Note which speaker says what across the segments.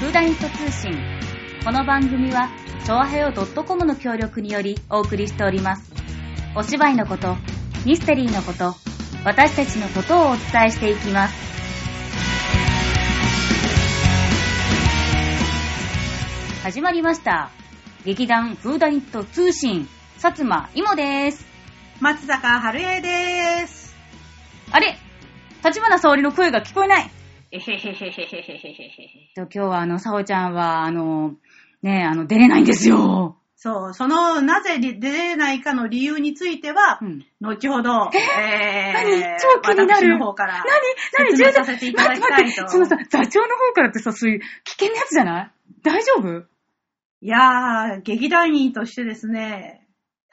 Speaker 1: 通信。この番組は、チョアヘヨ .com の協力によりお送りしております。お芝居のこと、ミステリーのこと、私たちのことをお伝えしていきます。始まりました。劇団フーダニット通信、薩摩いもです。
Speaker 2: 松坂春江です。
Speaker 1: あれ立花沙織の声が聞こえない
Speaker 2: えへへへへへへへへ。
Speaker 1: 今日はあの、沙織ちゃんは、あの、ねあの、出れないんですよ。
Speaker 2: そう、その、なぜ出れないかの理由については、
Speaker 1: うん
Speaker 2: 後ほど、え
Speaker 1: 何超気になる
Speaker 2: 私の方から。
Speaker 1: 何何
Speaker 2: 説
Speaker 1: 重
Speaker 2: 明
Speaker 1: 々
Speaker 2: させていただきた
Speaker 1: 待っ
Speaker 2: い
Speaker 1: て待
Speaker 2: と
Speaker 1: って、そのさ、座長の方からってさ、そういう危険なやつじゃない大丈夫
Speaker 2: いやー、劇団員としてですね、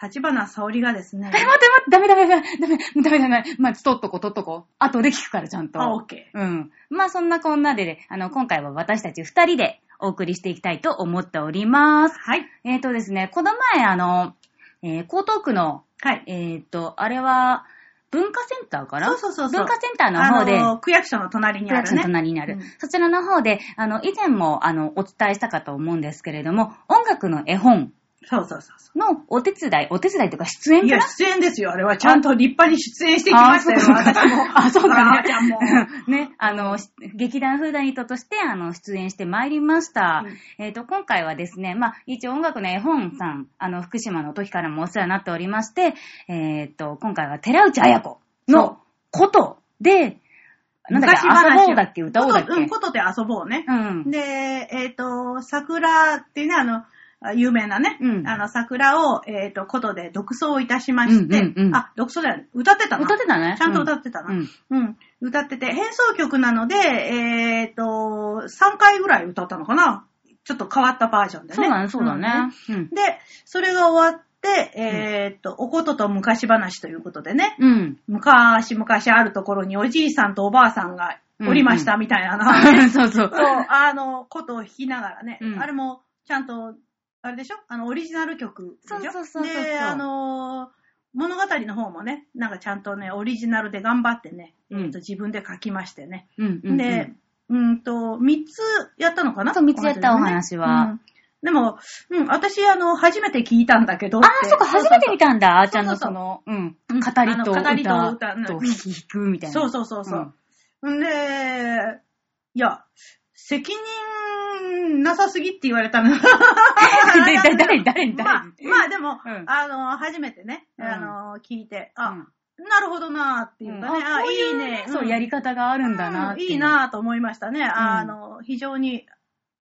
Speaker 2: 立花沙織がですね
Speaker 1: え、、待って待って、ダメダメダメ、ダメ、ダメダメ、まあ、取っとこう取っとこう。後で聞くから、ちゃんと。
Speaker 2: あ、オッケ
Speaker 1: うん。まあ、そんなこんなでね、あの、今回は私たち二人でお送りしていきたいと思っております
Speaker 2: ー。。はい。
Speaker 1: えっ、ー、とですね、この前、あの、えー、江東区の、
Speaker 2: はい。
Speaker 1: えっ、ー、と、あれは、文化センターかな
Speaker 2: そうそうそうそう
Speaker 1: 文化センターの方で、
Speaker 2: あの、区役所の隣にあるね。
Speaker 1: 隣になる、
Speaker 2: うん
Speaker 1: そちらの方で、あの、以前も、あの、お伝えしたかと思うんですけれども、音楽の絵本
Speaker 2: そうそうそうそ
Speaker 1: のお手伝い、お手伝いというか出演
Speaker 2: う。い
Speaker 1: か
Speaker 2: や、
Speaker 1: な
Speaker 2: 出演ですよ。あれはちゃんと立派に出演してきましたよ。私も。
Speaker 1: あ、そうか
Speaker 2: あーちゃんも。
Speaker 1: ね。 ね、あの、し劇団フーダニットとして、あの、出演してまいりました。えっ、と、今回はですね、まあ、一応音楽の絵本さん、あの、福島の時からもお世話になっておりまして、えっ、と、今回は寺内彩子
Speaker 2: そう
Speaker 1: のことで、なんだっけ、遊ぼうだっけ、歌おうだっけ。
Speaker 2: ことうん、ことで遊ぼうね。
Speaker 1: うん。
Speaker 2: で、えっ、と、桜っていうね、あの、あ有名なね、
Speaker 1: うん
Speaker 2: あの、桜を、えっ、と、ことで独奏いたしまして、
Speaker 1: うんうんうん
Speaker 2: あ、独奏だよね。歌ってたな。
Speaker 1: 歌ってたね。
Speaker 2: ちゃんと歌ってたな。
Speaker 1: う
Speaker 2: うんん。歌ってて、変奏曲なので、えっ、と、3回ぐらい歌ったのかなちょっと変わったバージョンでね。
Speaker 1: そうだね、そうだね。うん
Speaker 2: うん。で、それが終わって、えっ、と、おことと昔話ということでね、
Speaker 1: うん。
Speaker 2: 昔々あるところにおじいさんとおばあさんがおりましたみたいなのを ね、
Speaker 1: そうそう。
Speaker 2: そう、あの、ことを弾きながらね、
Speaker 1: うん
Speaker 2: あれもちゃんと、あれでしょあの、オリジナル曲でしょ
Speaker 1: そうそうそうそうそう
Speaker 2: で、あの、物語の方もね、なんかちゃんとね、オリジナルで頑張ってね、
Speaker 1: うん
Speaker 2: えっと自分で書きましてね。
Speaker 1: うんうんうん
Speaker 2: で、うんと、3つやったのかな
Speaker 1: そう三つやったお話は
Speaker 2: うんでも、うん、私、あの、初めて聞いたんだけどっ
Speaker 1: ああ、
Speaker 2: て。
Speaker 1: そうか、初めて見たんだ、あーちゃんの
Speaker 2: そう
Speaker 1: そ
Speaker 2: そう
Speaker 1: の、うん、語
Speaker 2: うん
Speaker 1: りと
Speaker 2: あの語りと
Speaker 1: 歌
Speaker 2: 歌
Speaker 1: と弾くみたいな。
Speaker 2: そうそうそうそう。んで、いや、責任なさすぎって言われたの。で
Speaker 1: で 誰誰
Speaker 2: まあ、まあでも、
Speaker 1: うん
Speaker 2: あの、初めてね、
Speaker 1: うん
Speaker 2: あの、聞いて、あ、
Speaker 1: うん
Speaker 2: なるほどなーっていうかね、
Speaker 1: うん
Speaker 2: あ、
Speaker 1: そう
Speaker 2: い
Speaker 1: い
Speaker 2: いうね。
Speaker 1: そう、やり方があるんだな
Speaker 2: う
Speaker 1: っ
Speaker 2: ん
Speaker 1: て
Speaker 2: い
Speaker 1: い。
Speaker 2: いうなーと思いましたね。あの、非常に、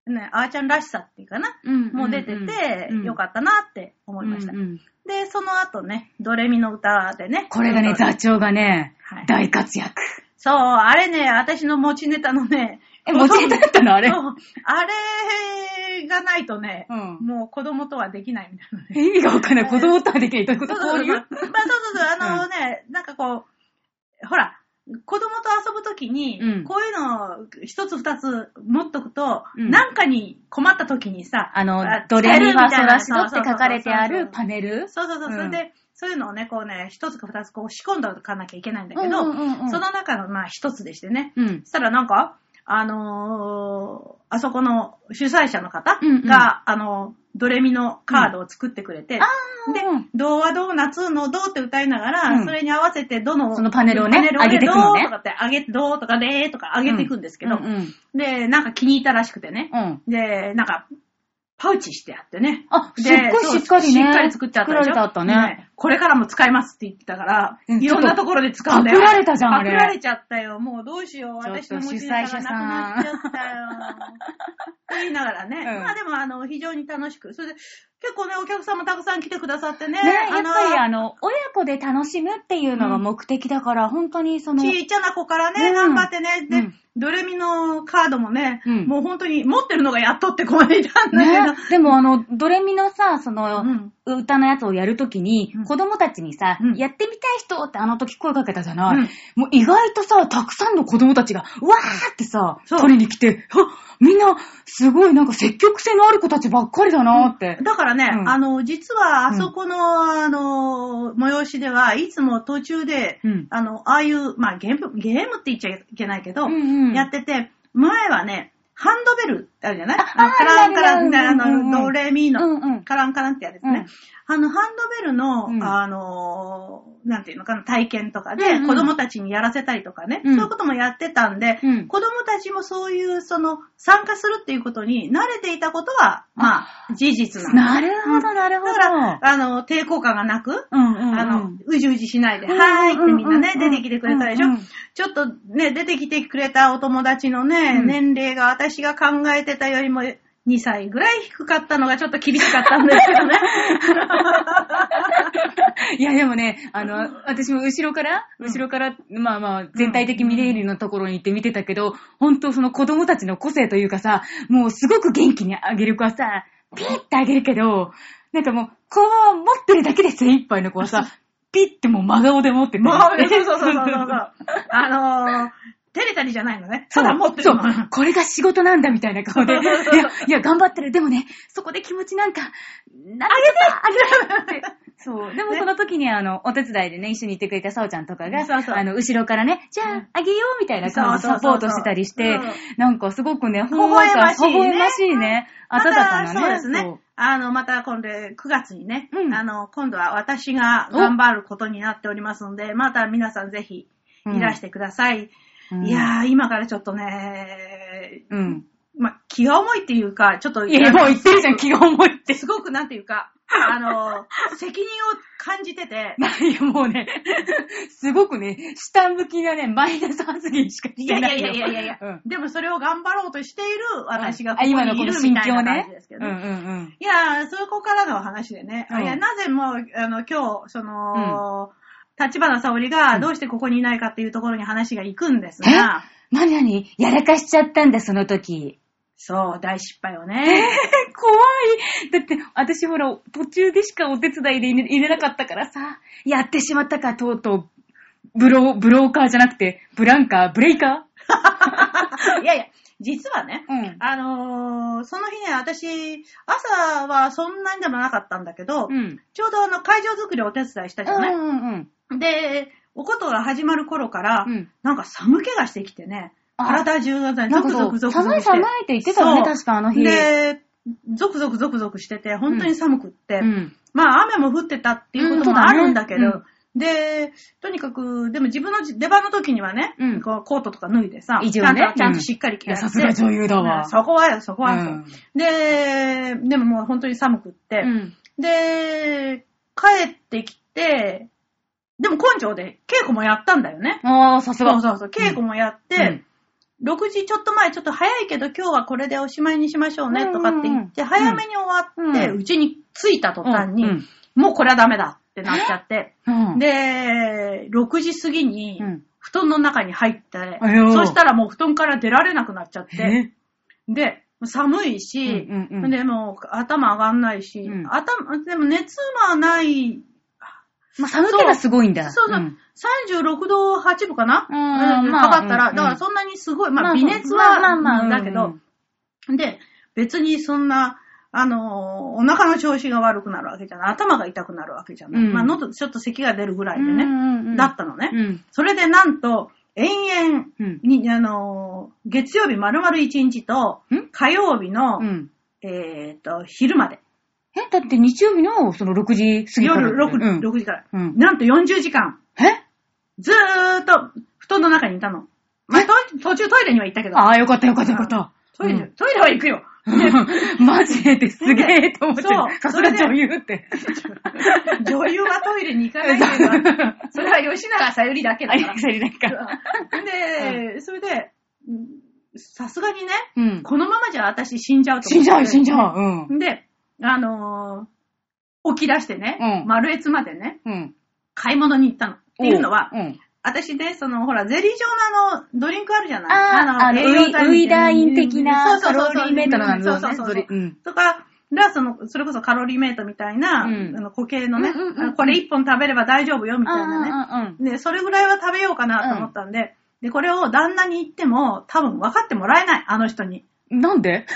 Speaker 2: ね、あーちゃんらしさっていうかな、
Speaker 1: うん。
Speaker 2: もう出てて、よか
Speaker 1: っ
Speaker 2: ったなって思
Speaker 1: た
Speaker 2: いました。
Speaker 1: うん。
Speaker 2: で、その後ね、ドレミの歌でね。
Speaker 1: これがね、座長がね
Speaker 2: はい、
Speaker 1: 大活躍。
Speaker 2: そう、あれね、私の持ちネタのね、
Speaker 1: え、持ちネタだったのあれ。
Speaker 2: そうあれがないとね、
Speaker 1: うん
Speaker 2: もう子供とはできないみたいなね。
Speaker 1: 意味がわかんない。子供とはできない。どういうことこうい
Speaker 2: まあ
Speaker 1: う。
Speaker 2: そうそうそう、あのね、なんかこう、ほら、子供と遊ぶときに、
Speaker 1: うん
Speaker 2: こういうのを一つ二つ持っとくと、
Speaker 1: うん
Speaker 2: なんかに困ったときにさ、
Speaker 1: あの
Speaker 2: あ、
Speaker 1: ドレミファソ
Speaker 2: 使えるみたい
Speaker 1: ラ
Speaker 2: な
Speaker 1: シドって書かれてあるパネル
Speaker 2: そうそうそ
Speaker 1: う
Speaker 2: う、
Speaker 1: ん
Speaker 2: それで、そういうのをね、こうね、一つか二つこう仕込んでおかなきゃいけないんだけど、
Speaker 1: うんうんうんうん
Speaker 2: その中のまあ一つでしてね、
Speaker 1: うん
Speaker 2: そ。したらなんか、あのーあそこの主催者の方が、
Speaker 1: うんうん
Speaker 2: あの、ドレミのカードを作ってくれて、
Speaker 1: ー
Speaker 2: で
Speaker 1: うん、
Speaker 2: ドはドーナツのドーって歌いながら、
Speaker 1: うん
Speaker 2: それに合わせてどの、
Speaker 1: そのパネルをね上げてくの
Speaker 2: ドー
Speaker 1: ね
Speaker 2: とかって、上げ、ドーとかでーとか上げていくんですけど、
Speaker 1: うんうん
Speaker 2: で、なんか気に入ったらしくてね、
Speaker 1: うん。
Speaker 2: で、なんか、パウチしてあってね。
Speaker 1: あ、
Speaker 2: です
Speaker 1: っご
Speaker 2: そう
Speaker 1: いしっかりね。
Speaker 2: しっかり作ってあったでしょ
Speaker 1: 作られてあったね。
Speaker 2: これからも使えますって言ってたから、
Speaker 1: うん
Speaker 2: いろんなところで使うんだよ。
Speaker 1: ちょっとパクられたじゃんあれ
Speaker 2: パクられちゃったよ。もうどうしよう。
Speaker 1: ちょっと
Speaker 2: 私の持ちネタがなくなっちゃったよ。と言いながらね。
Speaker 1: うん
Speaker 2: まあでも、あの、非常に楽しく。それで、結構ね、お客さんもたくさん来てくださってね。
Speaker 1: ね、やっぱり
Speaker 2: あ
Speaker 1: あの、親子で楽しむっていうのが目的だから、本当にそ
Speaker 2: の、
Speaker 1: の、
Speaker 2: ちいちゃな子からね、
Speaker 1: うん
Speaker 2: 頑張ってね。で、
Speaker 1: うん
Speaker 2: ドレミのカードもね、
Speaker 1: うん
Speaker 2: もう本当に持ってるのがやっとって子までいたんだけど
Speaker 1: ね。、でもあの、ドレミのさ、その、
Speaker 2: うん
Speaker 1: 歌のやつをやるときに、
Speaker 2: うん
Speaker 1: 子供たちにさ、
Speaker 2: うん
Speaker 1: やってみたい人ってあの時声かけたじゃない、
Speaker 2: うん
Speaker 1: もう意外とさ、たくさんの子供たちが、うわーってさ、
Speaker 2: そう
Speaker 1: 取りに来て、あみんな、すごいなんか積極性のある子たちばっかりだなーって。
Speaker 2: だからね、
Speaker 1: うん
Speaker 2: あの、実は、あそこの、あの、催しでは、いつも途中で、
Speaker 1: うん
Speaker 2: あの、ああいう、まあ、ゲーム、ゲームって言っちゃいけないけど、
Speaker 1: うんうん
Speaker 2: やってて、前はね、ハンドベルってあるじゃない
Speaker 1: ああ
Speaker 2: カランカランって、
Speaker 1: あ
Speaker 2: あ
Speaker 1: るあるうんうんうん
Speaker 2: の、ドレミの、
Speaker 1: うんうん
Speaker 2: カランカランってやつですね。あの、ハンドベルの、
Speaker 1: うん
Speaker 2: あのー、なんていうのかな、体験とかで、
Speaker 1: うんうん
Speaker 2: 子供たちにやらせたりとかね、
Speaker 1: うん
Speaker 2: そういうこともやってたんで、
Speaker 1: うん
Speaker 2: 子供たちもそういう、その、参加するっていうことに慣れていたことは、まあ、事実
Speaker 1: なん
Speaker 2: で
Speaker 1: るほど、なるほ
Speaker 2: だから
Speaker 1: ど、。
Speaker 2: あの、抵抗感がなく、
Speaker 1: うんうんうん
Speaker 2: あの、うじうじしないで、
Speaker 1: うん
Speaker 2: はーいってみんなね、
Speaker 1: うんうんうん
Speaker 2: 出てきてくれたでしょ
Speaker 1: うんうん。
Speaker 2: ちょっとね、出てきてくれたお友達のね
Speaker 1: う、ん
Speaker 2: 年齢が私が考えてたよりも2歳ぐらい低かったのがちょっと厳しかったんですけど ね。
Speaker 1: いや、でもね、あの、私も後ろから、後ろから、まあまあ、全体的見れるのところに行って見てたけど、本当その子供たちの個性というかさ、もうすごく元気にあげる子はさ、ピッてあげるけど、なんかもう、このまま持ってるだけで精一杯の子は さ、ピッてもう真顔で持って
Speaker 2: もうね、そうそ うそうそうそう
Speaker 1: う。
Speaker 2: あのー、照れたりじゃないのね。ただ持ってるの。
Speaker 1: そう、これが仕事なんだみたいな顔で。いや、いや、頑張ってる。でもね、そこで気持ちなんか、なんあげてあげて そう。でも
Speaker 2: ね
Speaker 1: その時に、あの、お手伝いでね、一緒に行ってくれたさおちゃんとかが、
Speaker 2: そうそう
Speaker 1: あの、後ろからね、じゃあ、あげようみたいな感じで
Speaker 2: そうそ
Speaker 1: サ
Speaker 2: うそ
Speaker 1: ポ
Speaker 2: う
Speaker 1: ートしてたりして、
Speaker 2: うん
Speaker 1: なんかすごくね、ほ
Speaker 2: 微笑ましいね
Speaker 1: 微笑ましいね。
Speaker 2: ま
Speaker 1: 温
Speaker 2: た
Speaker 1: かなね。
Speaker 2: そうです
Speaker 1: そ
Speaker 2: ね
Speaker 1: う。
Speaker 2: あの、また今度、9月にね、
Speaker 1: うん
Speaker 2: あの、今度は私が頑張ることになっておりますので、また皆さんぜひいらしてください。
Speaker 1: うん
Speaker 2: いやー、今からちょっとね、
Speaker 1: うん。
Speaker 2: まあ、気が重いっていうか、ちょっと、
Speaker 1: いや、もう言ってるじ ゃん、気が重いって。
Speaker 2: すごくなんていうか、あの、責任を感じてて、
Speaker 1: ないよ、もうね、すごくね、下向きなね、マイナス発言しかし
Speaker 2: い
Speaker 1: て
Speaker 2: やい
Speaker 1: な
Speaker 2: や
Speaker 1: い
Speaker 2: い
Speaker 1: よ。
Speaker 2: やいやいやいや、
Speaker 1: うん
Speaker 2: でもそれを頑張ろうとしている私がこ
Speaker 1: あ
Speaker 2: こにい
Speaker 1: 今のこの
Speaker 2: るみ
Speaker 1: 心
Speaker 2: たい
Speaker 1: 境
Speaker 2: な
Speaker 1: ね
Speaker 2: 感じです。け
Speaker 1: うん
Speaker 2: ど、
Speaker 1: う
Speaker 2: ね
Speaker 1: ん
Speaker 2: いやー、そこからの話でね、
Speaker 1: うん
Speaker 2: いや、なぜもう、あの、今日、その、立花沙織がどうしてここにいないかっていうところに話が行くんですが、
Speaker 1: うん。なになにやらかしちゃったんだ、その時。
Speaker 2: そう、大失敗をね。
Speaker 1: 怖い。だって、私ほら、途中でしかお手伝いで入れ入れなかったからさ、やってしまったか、とうとう。ブロー、ブローカーじゃなくて、ブランカー、ブレイカ
Speaker 2: いやいや、実はね、
Speaker 1: ーうん。
Speaker 2: あのーその日ね、私、朝はそんなにでもなかったんだけど、
Speaker 1: うん。
Speaker 2: ちょうどあの、会場作りをお手伝いしたじゃない、
Speaker 1: うんうん
Speaker 2: で、おことが始まる頃から、
Speaker 1: うん
Speaker 2: なんか寒気がしてきてね、
Speaker 1: あ
Speaker 2: 体中がね、
Speaker 1: な
Speaker 2: ゾ
Speaker 1: んか
Speaker 2: ク
Speaker 1: そう
Speaker 2: ゾクゾクゾク
Speaker 1: 寒
Speaker 2: して。
Speaker 1: い寒いって言ってたよね
Speaker 2: そう
Speaker 1: 確かあの日
Speaker 2: で、ゾクゾクゾクゾクしてて、本当に寒くって、
Speaker 1: うん。うん。
Speaker 2: まあ雨も降ってたっていうこと
Speaker 1: うんそうだ
Speaker 2: も
Speaker 1: ね
Speaker 2: あるんだけど、
Speaker 1: うん
Speaker 2: で、とにかく、でも自分の出番の時にはね、
Speaker 1: うん
Speaker 2: こうコートとか脱いでさ、
Speaker 1: 一
Speaker 2: ち
Speaker 1: 応
Speaker 2: ゃん
Speaker 1: ね
Speaker 2: と、ちゃん
Speaker 1: うん
Speaker 2: としっかり着
Speaker 1: いや
Speaker 2: 替
Speaker 1: さすが
Speaker 2: えて。
Speaker 1: 女優だわ。
Speaker 2: そこはよ、そこはよ、
Speaker 1: うん
Speaker 2: で、でももう本当に寒くって、
Speaker 1: うん。
Speaker 2: で、帰ってきて、でも根性で稽古もやったんだよね。
Speaker 1: ああ、さす
Speaker 2: そ
Speaker 1: が。
Speaker 2: うそうそう、稽古もやって、6時ちょっと前、ちょっと早いけど、今日はこれでおしまいにしましょうね、とかって言って、
Speaker 1: うん
Speaker 2: 早めに終わって、
Speaker 1: うん
Speaker 2: うち、に着いた途端に、
Speaker 1: うんうん
Speaker 2: もうこれはダメだってなっちゃって、
Speaker 1: うん。うん、
Speaker 2: で、6時過ぎに
Speaker 1: うん、
Speaker 2: 布団の中に入って、
Speaker 1: あよー
Speaker 2: そしたらもう布団から出られなくなっちゃって、
Speaker 1: え
Speaker 2: で、寒いし、
Speaker 1: うんうんうん
Speaker 2: で、もう頭上がんないし、
Speaker 1: うん
Speaker 2: 頭、でも熱はない、
Speaker 1: まあ、寒気がすごいんだ。
Speaker 2: そうそう、
Speaker 1: ん
Speaker 2: 36度8分かな、
Speaker 1: うん
Speaker 2: うん
Speaker 1: まあ
Speaker 2: かかったら、
Speaker 1: うん
Speaker 2: だからそんなにすごい、ま
Speaker 1: ま
Speaker 2: あ
Speaker 1: あ
Speaker 2: 微熱
Speaker 1: まあまあま
Speaker 2: は、
Speaker 1: あ
Speaker 2: だけど、で、別にそんな、あのーお腹の調子が悪くなるわけじゃない。頭が痛くなるわけじゃない。
Speaker 1: うん
Speaker 2: まあ、喉、ちょっと咳が出るぐらいで
Speaker 1: うん
Speaker 2: ね。
Speaker 1: うんうん
Speaker 2: だったのね。
Speaker 1: うん
Speaker 2: それでなんと、延々
Speaker 1: うん
Speaker 2: に、あのー月曜日丸々1日と
Speaker 1: ん、
Speaker 2: 火曜日の、
Speaker 1: うん
Speaker 2: えっ、と、昼まで。
Speaker 1: え、だって日曜日のその6時過ぎから。
Speaker 2: 夜 6,、
Speaker 1: うん
Speaker 2: 6時から。
Speaker 1: うん
Speaker 2: なんと40時間、
Speaker 1: え
Speaker 2: ずーっと布団の中にいたの。まあ、
Speaker 1: え
Speaker 2: と途中トイレには行ったけど、
Speaker 1: ああ、よかったよかったよかった。
Speaker 2: トイレ、
Speaker 1: うん
Speaker 2: トイレは行くよ。
Speaker 1: マジでってすげえと思って
Speaker 2: そう、
Speaker 1: さすが女優って。
Speaker 2: 女優はトイレに行かないけど、それは吉永さゆりだけ
Speaker 1: あ
Speaker 2: だ
Speaker 1: り
Speaker 2: か
Speaker 1: が
Speaker 2: ら。
Speaker 1: とうなんか。
Speaker 2: で、それで、さすがにね、
Speaker 1: うん。
Speaker 2: このままじゃ私死んじゃうと
Speaker 1: 死
Speaker 2: 思って。
Speaker 1: んじゃうよ死んじゃ
Speaker 2: う。
Speaker 1: う。うん。
Speaker 2: で、あのー起き出してね、
Speaker 1: うん
Speaker 2: 丸越までね、
Speaker 1: うん。
Speaker 2: 買い物に行ったの。っていうのは、
Speaker 1: うん。
Speaker 2: 私ね、その、ほら、ゼリー状のあの、ドリンクあるじゃない
Speaker 1: ああ、あの、ウ
Speaker 2: 栄養剤
Speaker 1: イウイ
Speaker 2: みた
Speaker 1: ダ
Speaker 2: い
Speaker 1: イ
Speaker 2: な
Speaker 1: ン的
Speaker 2: そう
Speaker 1: な
Speaker 2: そ
Speaker 1: カ
Speaker 2: うそう
Speaker 1: ロリーメイトのなんだ
Speaker 2: そ
Speaker 1: よ
Speaker 2: う
Speaker 1: ね
Speaker 2: そうそ
Speaker 1: そ
Speaker 2: う
Speaker 1: れうん。
Speaker 2: とか、が、その、それこそカロリーメイトみたいな、
Speaker 1: うん
Speaker 2: あの固形のね、
Speaker 1: うんうんうん
Speaker 2: あのこれ一本食べれば大丈夫よ、みたいなね。
Speaker 1: ああ、うん。
Speaker 2: で、それぐらいは食べようかなと思ったんで、で、これを旦那に言っても、多分分かってもらえない、あの人に。
Speaker 1: なんで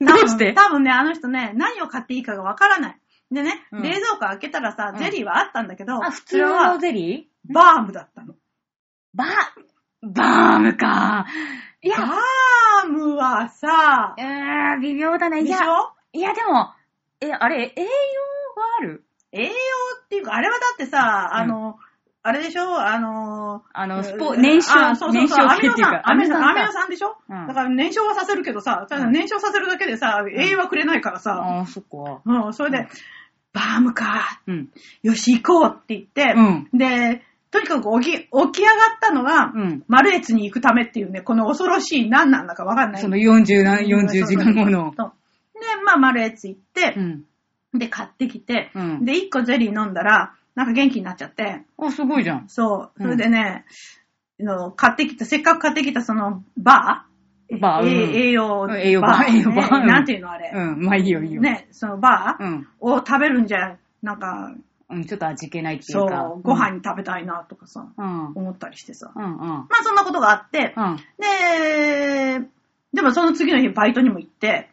Speaker 2: 多
Speaker 1: ど
Speaker 2: 分
Speaker 1: うして
Speaker 2: 多分ね、あの人ね、何を買っていいかが分からない。でね、
Speaker 1: うん
Speaker 2: 冷蔵庫開けたらさ
Speaker 1: う、ん
Speaker 2: ゼリーはあったんだけど、
Speaker 1: あ、普
Speaker 2: そ
Speaker 1: 通
Speaker 2: れ
Speaker 1: の
Speaker 2: は
Speaker 1: ゼリー
Speaker 2: バームだったの。
Speaker 1: バ、バームか。い
Speaker 2: バ
Speaker 1: や、
Speaker 2: ムはさ、
Speaker 1: うーん、微妙だね。い
Speaker 2: でし
Speaker 1: や、
Speaker 2: ょ
Speaker 1: いやでも、え、あれ、栄養はある
Speaker 2: 栄養っていうか、あれはだってさ、
Speaker 1: うん
Speaker 2: あの、あれでしょあの、
Speaker 1: あの、スポ
Speaker 2: う
Speaker 1: ー、
Speaker 2: ん
Speaker 1: 燃焼、
Speaker 2: あそうそう
Speaker 1: 燃
Speaker 2: そう
Speaker 1: 焼系っていうか、
Speaker 2: アミノ酸、アミノ酸アミノ
Speaker 1: か
Speaker 2: 酸でしょ、
Speaker 1: うん
Speaker 2: だから燃焼はさせるけどさ、ただ
Speaker 1: うん
Speaker 2: 燃焼させるだけでさ、栄養はくれないからさ、
Speaker 1: ああ、そっか。
Speaker 2: うん、それで、
Speaker 1: うん
Speaker 2: バームか、
Speaker 1: うん。
Speaker 2: よし行こうって言って、
Speaker 1: うん
Speaker 2: で、とにかく起き、起き上がったのは、
Speaker 1: うん
Speaker 2: マルエツに行くためっていうね、この恐ろしい何なんだかわかんない。
Speaker 1: その40何、
Speaker 2: うん
Speaker 1: 40時間後の。
Speaker 2: そうで、まあ、マルエツ行って
Speaker 1: う、ん。
Speaker 2: で、買ってきて、
Speaker 1: うん
Speaker 2: で、1個ゼリー飲んだら、なんか元気になっちゃって、
Speaker 1: あ、すごいじゃん。
Speaker 2: そう。
Speaker 1: う
Speaker 2: そ
Speaker 1: ん
Speaker 2: れでね、の買ってきた、せっかく買ってきたそのバー、
Speaker 1: バー
Speaker 2: え
Speaker 1: うん
Speaker 2: 栄養
Speaker 1: 栄養バー栄養バー
Speaker 2: ねなんていうのあれ。
Speaker 1: うん。まあいいよいいよ。。
Speaker 2: ね、そのバー
Speaker 1: うん。
Speaker 2: を食べるんじゃ、なんか、
Speaker 1: うん、ちょっと味気ないってい
Speaker 2: そう
Speaker 1: か。
Speaker 2: う、ご飯に食べたいなとかさ、
Speaker 1: うん。うん。
Speaker 2: 思ったりしてさ。
Speaker 1: うん。うん。
Speaker 2: まあそんなことがあって、
Speaker 1: は
Speaker 2: で、でもその次の日バイトにも行って、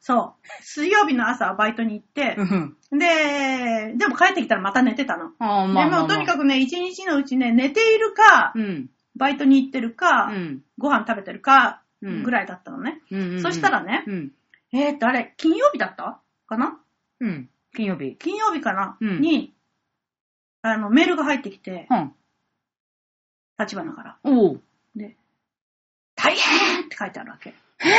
Speaker 2: そう、水曜日の朝バイトに行って
Speaker 1: う、ん。
Speaker 2: で、でも帰ってきたらまた寝てたの。
Speaker 1: ああ、
Speaker 2: で
Speaker 1: まあまあ、まあ。
Speaker 2: もとにかくね、一日のうちね、寝ているか、
Speaker 1: うん。
Speaker 2: バイトに行ってる
Speaker 1: う
Speaker 2: か、
Speaker 1: ん。
Speaker 2: ご飯食べてるか、
Speaker 1: うん
Speaker 2: ぐらいだったのね。
Speaker 1: うんうん。うん
Speaker 2: そしたらね
Speaker 1: うん。
Speaker 2: えーっと、あれ、金曜日だったかな
Speaker 1: うん。金曜日。
Speaker 2: 金曜日かな、
Speaker 1: うん
Speaker 2: に、あの、メールが入ってきて、
Speaker 1: うん。
Speaker 2: 立花から。
Speaker 1: おう。
Speaker 2: で、大変って書いてあるわけ。
Speaker 1: なに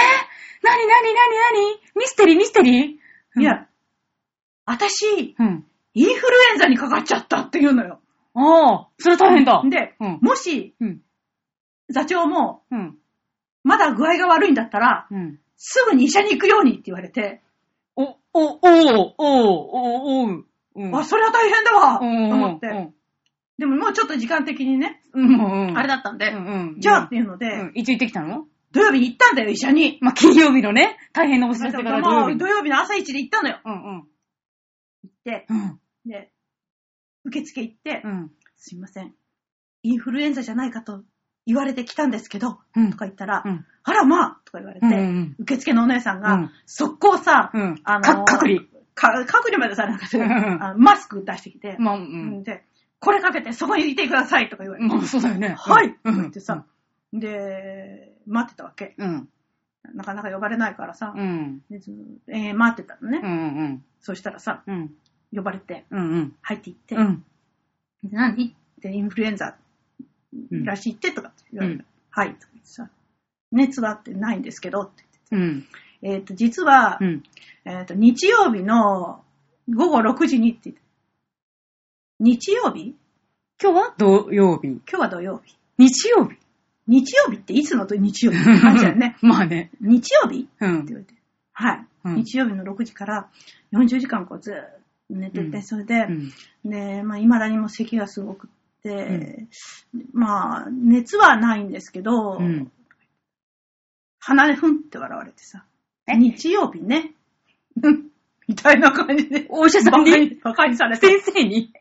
Speaker 1: なになになにミステリーミステリー
Speaker 2: い。や、私、
Speaker 1: うん。
Speaker 2: インフルエンザにかかっちゃったって言うのよ。
Speaker 1: ああ、それ大変だ。
Speaker 2: で、
Speaker 1: うん。
Speaker 2: もし、
Speaker 1: うん。
Speaker 2: 座長も、
Speaker 1: うん。
Speaker 2: まだ具合が悪いんだったら、
Speaker 1: うん。
Speaker 2: すぐに医者に行くようにって言われて、
Speaker 1: お、お、おう、おう、おう、おうん。
Speaker 2: あ、それは大変だわと
Speaker 1: うん、
Speaker 2: 思って。でももうちょっと時間的にね、
Speaker 1: うん、うん、うん。
Speaker 2: あれだったんで
Speaker 1: う、ん、うん。
Speaker 2: じゃあっていうので、
Speaker 1: うん、いつ行ってきたの
Speaker 2: 土曜日に行ったんだよ、医者に。
Speaker 1: まあ、金曜日のね、大変なお知らせから土
Speaker 2: も
Speaker 1: 曜日
Speaker 2: う土
Speaker 1: に。
Speaker 2: 曜日の朝一で行ったのよ。
Speaker 1: うん、うん。
Speaker 2: で、
Speaker 1: うん、
Speaker 2: で、受付行って、
Speaker 1: うん。
Speaker 2: すいません、インフルエンザじゃないかと言われてきたんですけど、
Speaker 1: うん
Speaker 2: とか言ったら、
Speaker 1: うん
Speaker 2: あらまあとか言われて、
Speaker 1: うんうん
Speaker 2: 受付のお姉さんが、
Speaker 1: うん
Speaker 2: 速攻さ、
Speaker 1: うん。
Speaker 2: あのー
Speaker 1: か隔離。
Speaker 2: か隔離までされなかったけど
Speaker 1: うん
Speaker 2: あマスク出してきて、
Speaker 1: まあ、う
Speaker 2: うん
Speaker 1: ん。
Speaker 2: で、これかけてそこにいてくださいとか言われて、
Speaker 1: まあ、そうだよね。
Speaker 2: はいと
Speaker 1: う
Speaker 2: か
Speaker 1: ん
Speaker 2: 言ってさ、、で、待ってたわけ。
Speaker 1: うん。
Speaker 2: なかなか呼ばれないからさ、
Speaker 1: うん。
Speaker 2: でずえー待ってたのね、
Speaker 1: うん、うん。
Speaker 2: そしたらさ、
Speaker 1: うん。
Speaker 2: 呼ばれて、
Speaker 1: うん、うん。
Speaker 2: 入っていって、
Speaker 1: うん。
Speaker 2: 何ってインフルエンザ
Speaker 1: うん
Speaker 2: らしいってとかって言われて、
Speaker 1: うん
Speaker 2: はいとか言ってさ、熱はってないんですけどって
Speaker 1: うん。
Speaker 2: 言って、えっ、と、実は、
Speaker 1: うん。
Speaker 2: えっ、と、日曜日の午後6時にって言って、日曜日
Speaker 1: 今日は土曜日。
Speaker 2: 今日は土曜日。
Speaker 1: 日曜日。。
Speaker 2: 日曜日っていつのと日曜日って感じだよね
Speaker 1: まあね。
Speaker 2: 日曜日って
Speaker 1: うん
Speaker 2: 言。われて、はい、
Speaker 1: うん
Speaker 2: 日曜日の6時から40時間こうずーっと寝てて、
Speaker 1: うん
Speaker 2: それで
Speaker 1: う、ん。
Speaker 2: で、まあ、未だにも咳がすごくって
Speaker 1: ん、
Speaker 2: まあ、熱はないんですけど、
Speaker 1: うん
Speaker 2: 鼻でふんって笑われてさ、
Speaker 1: え
Speaker 2: 日曜日ね、 うんみたいな感じで、
Speaker 1: お医者さん
Speaker 2: バカに
Speaker 1: に、
Speaker 2: バカにされて、
Speaker 1: 先生に。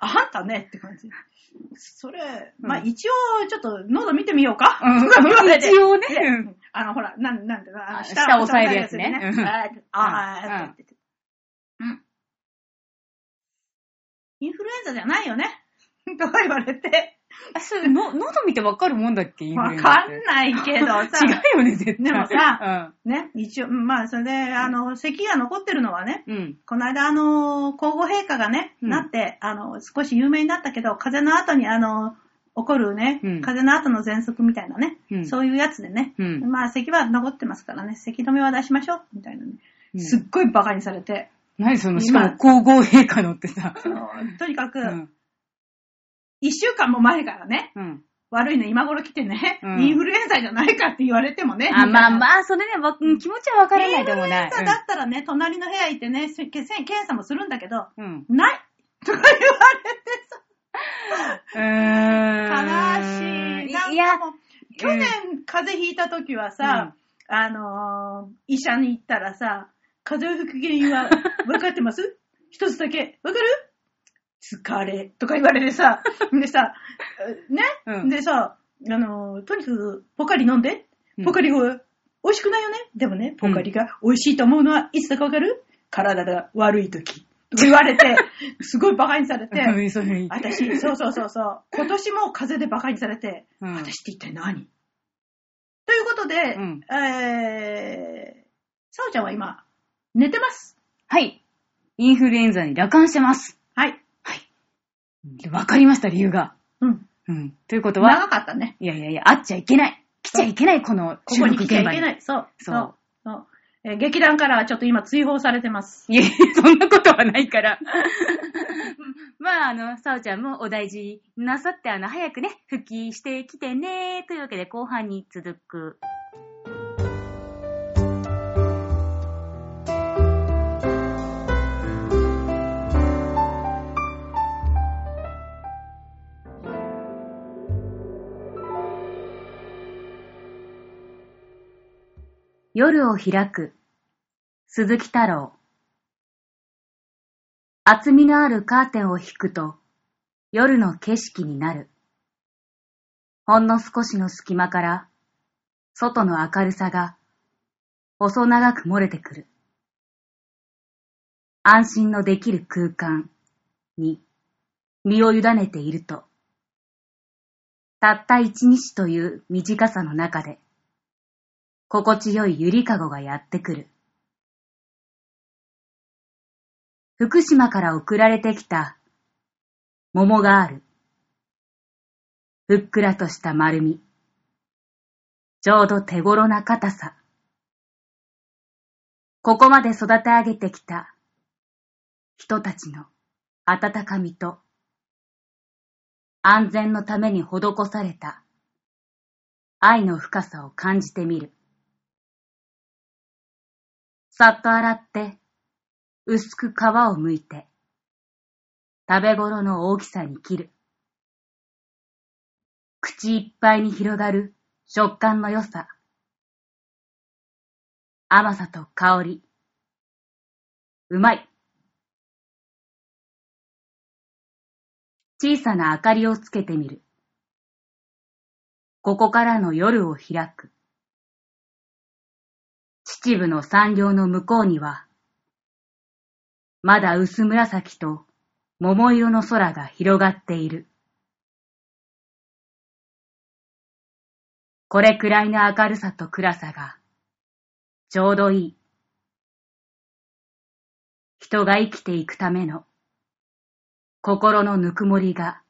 Speaker 2: あんたねって感じ。それ、
Speaker 1: うん
Speaker 2: まあ、一応、ちょっと、喉見てみようか、
Speaker 1: うん
Speaker 2: とか言われて
Speaker 1: 一応ね
Speaker 2: で
Speaker 1: うん
Speaker 2: あの、ほら、なん、なんていうのあの
Speaker 1: あ下を押さえるやつね
Speaker 2: 下を押さえるやつねあー
Speaker 1: うん
Speaker 2: あー、あーって言ってうん。インフルエンザじゃないよね とか言われて、
Speaker 1: あそうの喉見てわかるもんだっけインフルエン
Speaker 2: わ
Speaker 1: ザ
Speaker 2: か
Speaker 1: って
Speaker 2: んないけどさ、
Speaker 1: 違うよね、絶対。
Speaker 2: でもさ、ね、一応、うんまあ、それで、あの、咳が残ってるのはね、
Speaker 1: うん。うん。
Speaker 2: この間、あの、皇后陛下がね、
Speaker 1: うん
Speaker 2: なって、あの、少し有名になったけど、風邪の後に、あの、起こるね、
Speaker 1: うん
Speaker 2: 風邪の後の喘息みたいなね、
Speaker 1: うん
Speaker 2: そういうやつでね、
Speaker 1: うん
Speaker 2: まあ、咳は残ってますからね、咳止めは出しましょう、みたいなね、
Speaker 1: うん
Speaker 2: すっごいバカにされて、
Speaker 1: 何その、し
Speaker 2: 今
Speaker 1: かも皇后陛下のってさ。
Speaker 2: あのとにかく
Speaker 1: う、ん。
Speaker 2: 一週間も前からね、
Speaker 1: うん。
Speaker 2: 悪いの今頃来てね、
Speaker 1: うん
Speaker 2: インフルエンザじゃないかって言われてもね、
Speaker 1: あ、まあ
Speaker 2: あ、
Speaker 1: まあ、それね、わうん気持ちはわからないでも
Speaker 2: イ
Speaker 1: な
Speaker 2: ン
Speaker 1: い
Speaker 2: フルエンザだったらね、隣の部屋行ってね、せ検査もするんだけど、
Speaker 1: うん。うん。
Speaker 2: ないとか言われてさ、
Speaker 1: うーん。
Speaker 2: 悲しい。なん
Speaker 1: いや
Speaker 2: か、もう去年風邪ひいた時はさ、あのー医者に行ったらさ、風邪をひく原 因は分かってます一つだけ。分かる疲れ。とか言われてさ、 でさ、ね、
Speaker 1: うん
Speaker 2: でさ、あのーとにかくポカリ飲んで。ポカリが美味しくないよね。でもね、ポカリが美味しいと思うのはいつだか分かる体が悪い時。とか言わ れて、すごい馬鹿にされて、
Speaker 1: うん、そう いうの
Speaker 2: 私、そうそうそうそう、今年も風邪で馬鹿にされて、
Speaker 1: うん
Speaker 2: 私って一体何ということで、
Speaker 1: うん
Speaker 2: えー、さおちゃんは今、寝てます。
Speaker 1: はい。インフルエンザに羅漢してます。
Speaker 2: はい。
Speaker 1: わかりました、理由が。
Speaker 2: うん。
Speaker 1: うん。ということは、
Speaker 2: 長かったね。
Speaker 1: いやいやいや、会っちゃいけない。来ちゃいけない、この
Speaker 2: こ
Speaker 1: 収
Speaker 2: こに
Speaker 1: 録
Speaker 2: 来ちゃ
Speaker 1: 現
Speaker 2: い
Speaker 1: 場
Speaker 2: け
Speaker 1: に。
Speaker 2: ない。そう。
Speaker 1: そう
Speaker 2: そう。そうえー劇団からちょっと今追放されてます。
Speaker 1: いやいや、そんなことはないから。 まあ、あの、さおちゃんもお大事になさって、あの、早くね、復帰してきてね。というわけで、後半に続く。夜を開く、鈴木太郎。厚みのあるカーテンを引くと、夜の景色になる。ほんの少しの隙間から、外の明るさが、細長く漏れてくる。安心のできる空間に身を委ねていると、たった一日という短さの中で、心地よいゆりかごがやってくる。福島から送られてきた桃がある。ふっくらとした丸み。ちょうど手頃な硬さ。ここまで育て上げてきた人たちの温かみと安全のために施された愛の深さを感じてみる。さっと洗って薄く皮をむいて、食べ頃の大きさに切る。口いっぱいに広がる食感の良さ。甘さと香り。うまい。小さな明かりをつけてみる。ここからの夜を開く。秩父の山稜の向こうには、まだ薄紫と桃色の空が広がっている。これくらいの明るさと暗さが、ちょうどいい。人が生きていくための、心のぬくもりが、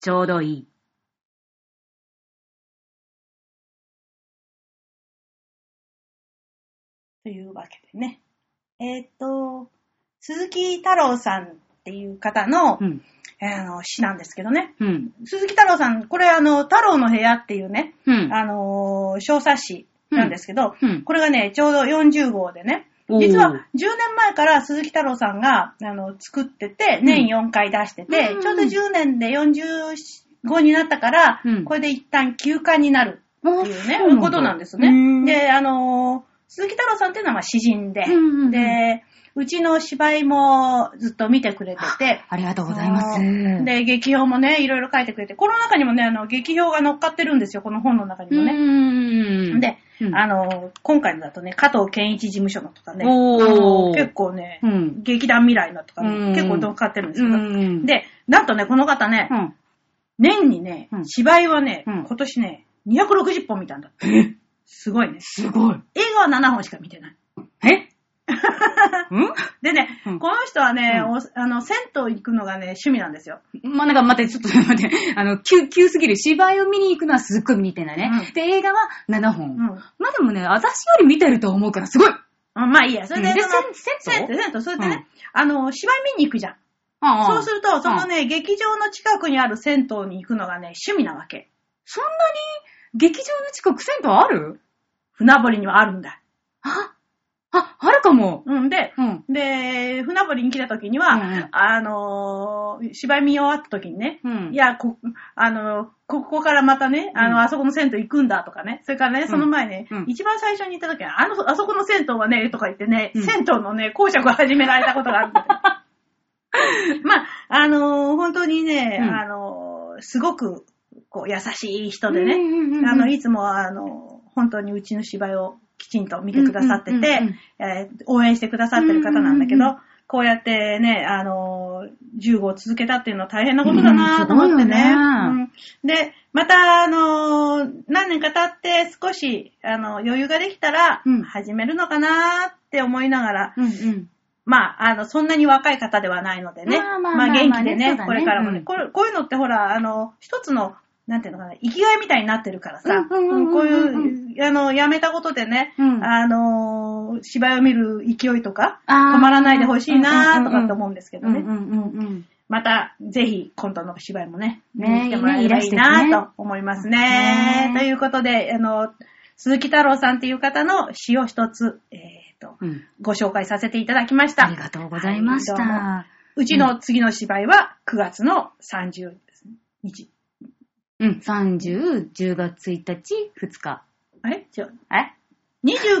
Speaker 1: ちょうどいい。
Speaker 2: というわけでね。えーっと、鈴木太郎さんっていう方の,、
Speaker 1: うん。
Speaker 2: えーあの詩なんですけどね。
Speaker 1: うん。
Speaker 2: 鈴木太郎さん、これあの、太郎の部屋っていうね、
Speaker 1: うん。
Speaker 2: あのー小冊子なんですけど、
Speaker 1: うんうん
Speaker 2: これがね、ちょうど40号でね、
Speaker 1: おー
Speaker 2: 実は10年前から鈴木太郎さんがあの作ってて、年4回出してて、
Speaker 1: うん
Speaker 2: ちょうど10年で45になったから、
Speaker 1: うん
Speaker 2: これで一旦休刊になるっていうね、ことなんですね。で、あのー鈴木太郎さんっていうのはまあ詩人で、
Speaker 1: うんうんうん
Speaker 2: で、うちの芝居もずっと見てくれてて、
Speaker 1: ありがとうございます。
Speaker 2: で、劇評もね、いろいろ書いてくれて、この中にもね、あの、劇評が乗っかってるんですよ、この本の中に
Speaker 1: う
Speaker 2: もね。
Speaker 1: ん、
Speaker 2: で、
Speaker 1: うん
Speaker 2: あの、今回のだとね、加藤健一事務所のとかね、あ
Speaker 1: おー
Speaker 2: の結構ね、
Speaker 1: うん
Speaker 2: 劇団未来のとか
Speaker 1: うん
Speaker 2: ね、結構乗っかってるんです
Speaker 1: う
Speaker 2: けど、
Speaker 1: ん、
Speaker 2: で、なんとね、この方ね、
Speaker 1: うん、
Speaker 2: 年にね
Speaker 1: う、ん
Speaker 2: 芝居はね、
Speaker 1: うん
Speaker 2: 今年ね、260本見たんだって。すごいね。
Speaker 1: すごい。
Speaker 2: 映画は7本しか見てない。
Speaker 1: えうん
Speaker 2: でね、
Speaker 1: うん
Speaker 2: この人はね、
Speaker 1: うん
Speaker 2: おあの、銭湯行くのがね、趣味なんですよ。
Speaker 1: まあ、なんか待って、ちょっと待って、 あの、急、急すぎる。芝居を見に行くのはすっごい見に行ってんだね。
Speaker 2: うん
Speaker 1: で、映画は7本。
Speaker 2: ん
Speaker 1: まあでもね、私より見てると思うから、すごい
Speaker 2: あまあいいや。それで、
Speaker 1: うんで
Speaker 2: その
Speaker 1: 銭湯
Speaker 2: 銭湯銭湯それでね、あの、芝居見に行くじゃん。
Speaker 1: あ
Speaker 2: そうすると、そのね、劇場の近くにある銭湯に行くのがね、趣味なわけ。
Speaker 1: そんなに、劇場の近く銭湯ある
Speaker 2: 船堀にはあるんだ。
Speaker 1: あ、あ、あるかも。
Speaker 2: うんで、
Speaker 1: うん。
Speaker 2: で、船堀に来た時に
Speaker 1: う
Speaker 2: は、
Speaker 1: ん
Speaker 2: あのー芝居見終わった時にね、
Speaker 1: うん
Speaker 2: いや、こ、あのーここからまたね、あ
Speaker 1: う
Speaker 2: の、
Speaker 1: ん
Speaker 2: あそこの銭湯行くんだとかね、それからね、その前ね、
Speaker 1: うん
Speaker 2: 一番最初に行った時は、あの、あそこの銭湯はね、とか言ってね、
Speaker 1: うん
Speaker 2: 銭湯のね、講釈を始められたことがあるんだよ。 まあ、あのー本当にね、
Speaker 1: うん
Speaker 2: あのーすごく、こう、優しい人でね、
Speaker 1: うんうんうんうん
Speaker 2: あの、いつも、あの、本当にうちの芝居をきちんと見てくださって
Speaker 1: うんうんうん
Speaker 2: て、えー応援してくださってる方なんだけど、
Speaker 1: うんうんうん
Speaker 2: こうやってね、あの、の、15を続けたっていうのは大変なことだなと思ってね。
Speaker 1: うん
Speaker 2: うんで、また、あのー何年か経って少し、あの、余裕ができたら
Speaker 1: うん、
Speaker 2: 始めるのかなって思いながら、
Speaker 1: うんうん。
Speaker 2: まあ、あの、そんなに若い方ではないのでね。
Speaker 1: まあまあまあまあ
Speaker 2: 元気で
Speaker 1: そうだ
Speaker 2: ね、
Speaker 1: ね
Speaker 2: これからもね、
Speaker 1: うん
Speaker 2: これ。こういうのってほら、あの、一つの、なんていうのかな、生きがいみたいになってるからさ、
Speaker 1: うんうんうんうん
Speaker 2: こういう、あの、やめたことでね、
Speaker 1: うん
Speaker 2: あの、芝居を見る勢いとか、
Speaker 1: あー
Speaker 2: 止まらないでほしいなとかって思うんですけどね。
Speaker 1: うんうんうんうん。
Speaker 2: また、ぜひ、今度の芝居もね、
Speaker 1: ね
Speaker 2: 見に来てもらえればいい
Speaker 1: いいねいらして
Speaker 2: な
Speaker 1: ね
Speaker 2: と思います
Speaker 1: ね
Speaker 2: ね。ということで、あの、鈴木太郎さんっていう方の詩を一つ、えっ、と、
Speaker 1: うん
Speaker 2: ご紹介させていただきました。
Speaker 1: ありがとうございました。
Speaker 2: はいどうもうちの次の芝居は9月の30日。
Speaker 1: うん、30、10月1日、2日。
Speaker 2: あれ違う。
Speaker 1: え
Speaker 2: 29、30、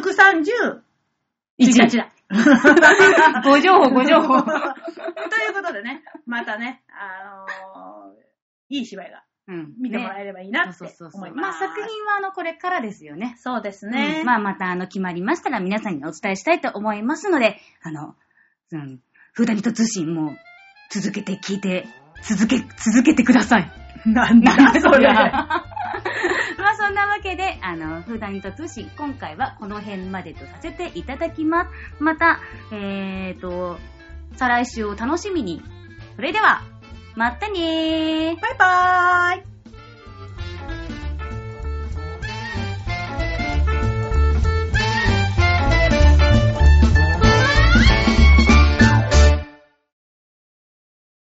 Speaker 1: 1
Speaker 2: 1
Speaker 1: 日
Speaker 2: 日
Speaker 1: だ。 ご情 報、ご情報。
Speaker 2: ということでね、またね、あのーいい芝居が
Speaker 1: うん
Speaker 2: 見てもら
Speaker 1: え
Speaker 2: えればいいなって
Speaker 1: そうそうそ。
Speaker 2: 思いうま
Speaker 1: まあ
Speaker 2: す。
Speaker 1: 作品はあの、これからですよね。
Speaker 2: そうですね。
Speaker 1: うんまあまたあの、決まりましたら皆さんにお伝えしたいと思いますので、あの、うん、フーダニット通信も続けて聞いて、続け、続けてください。
Speaker 2: なんだ それ。
Speaker 1: まあそんなわけで、あの、フーダニット通信、今回はこの辺までとさせていただきます。また、えーと、再来週を楽しみに。それでは、またねー。
Speaker 2: バイバーイ。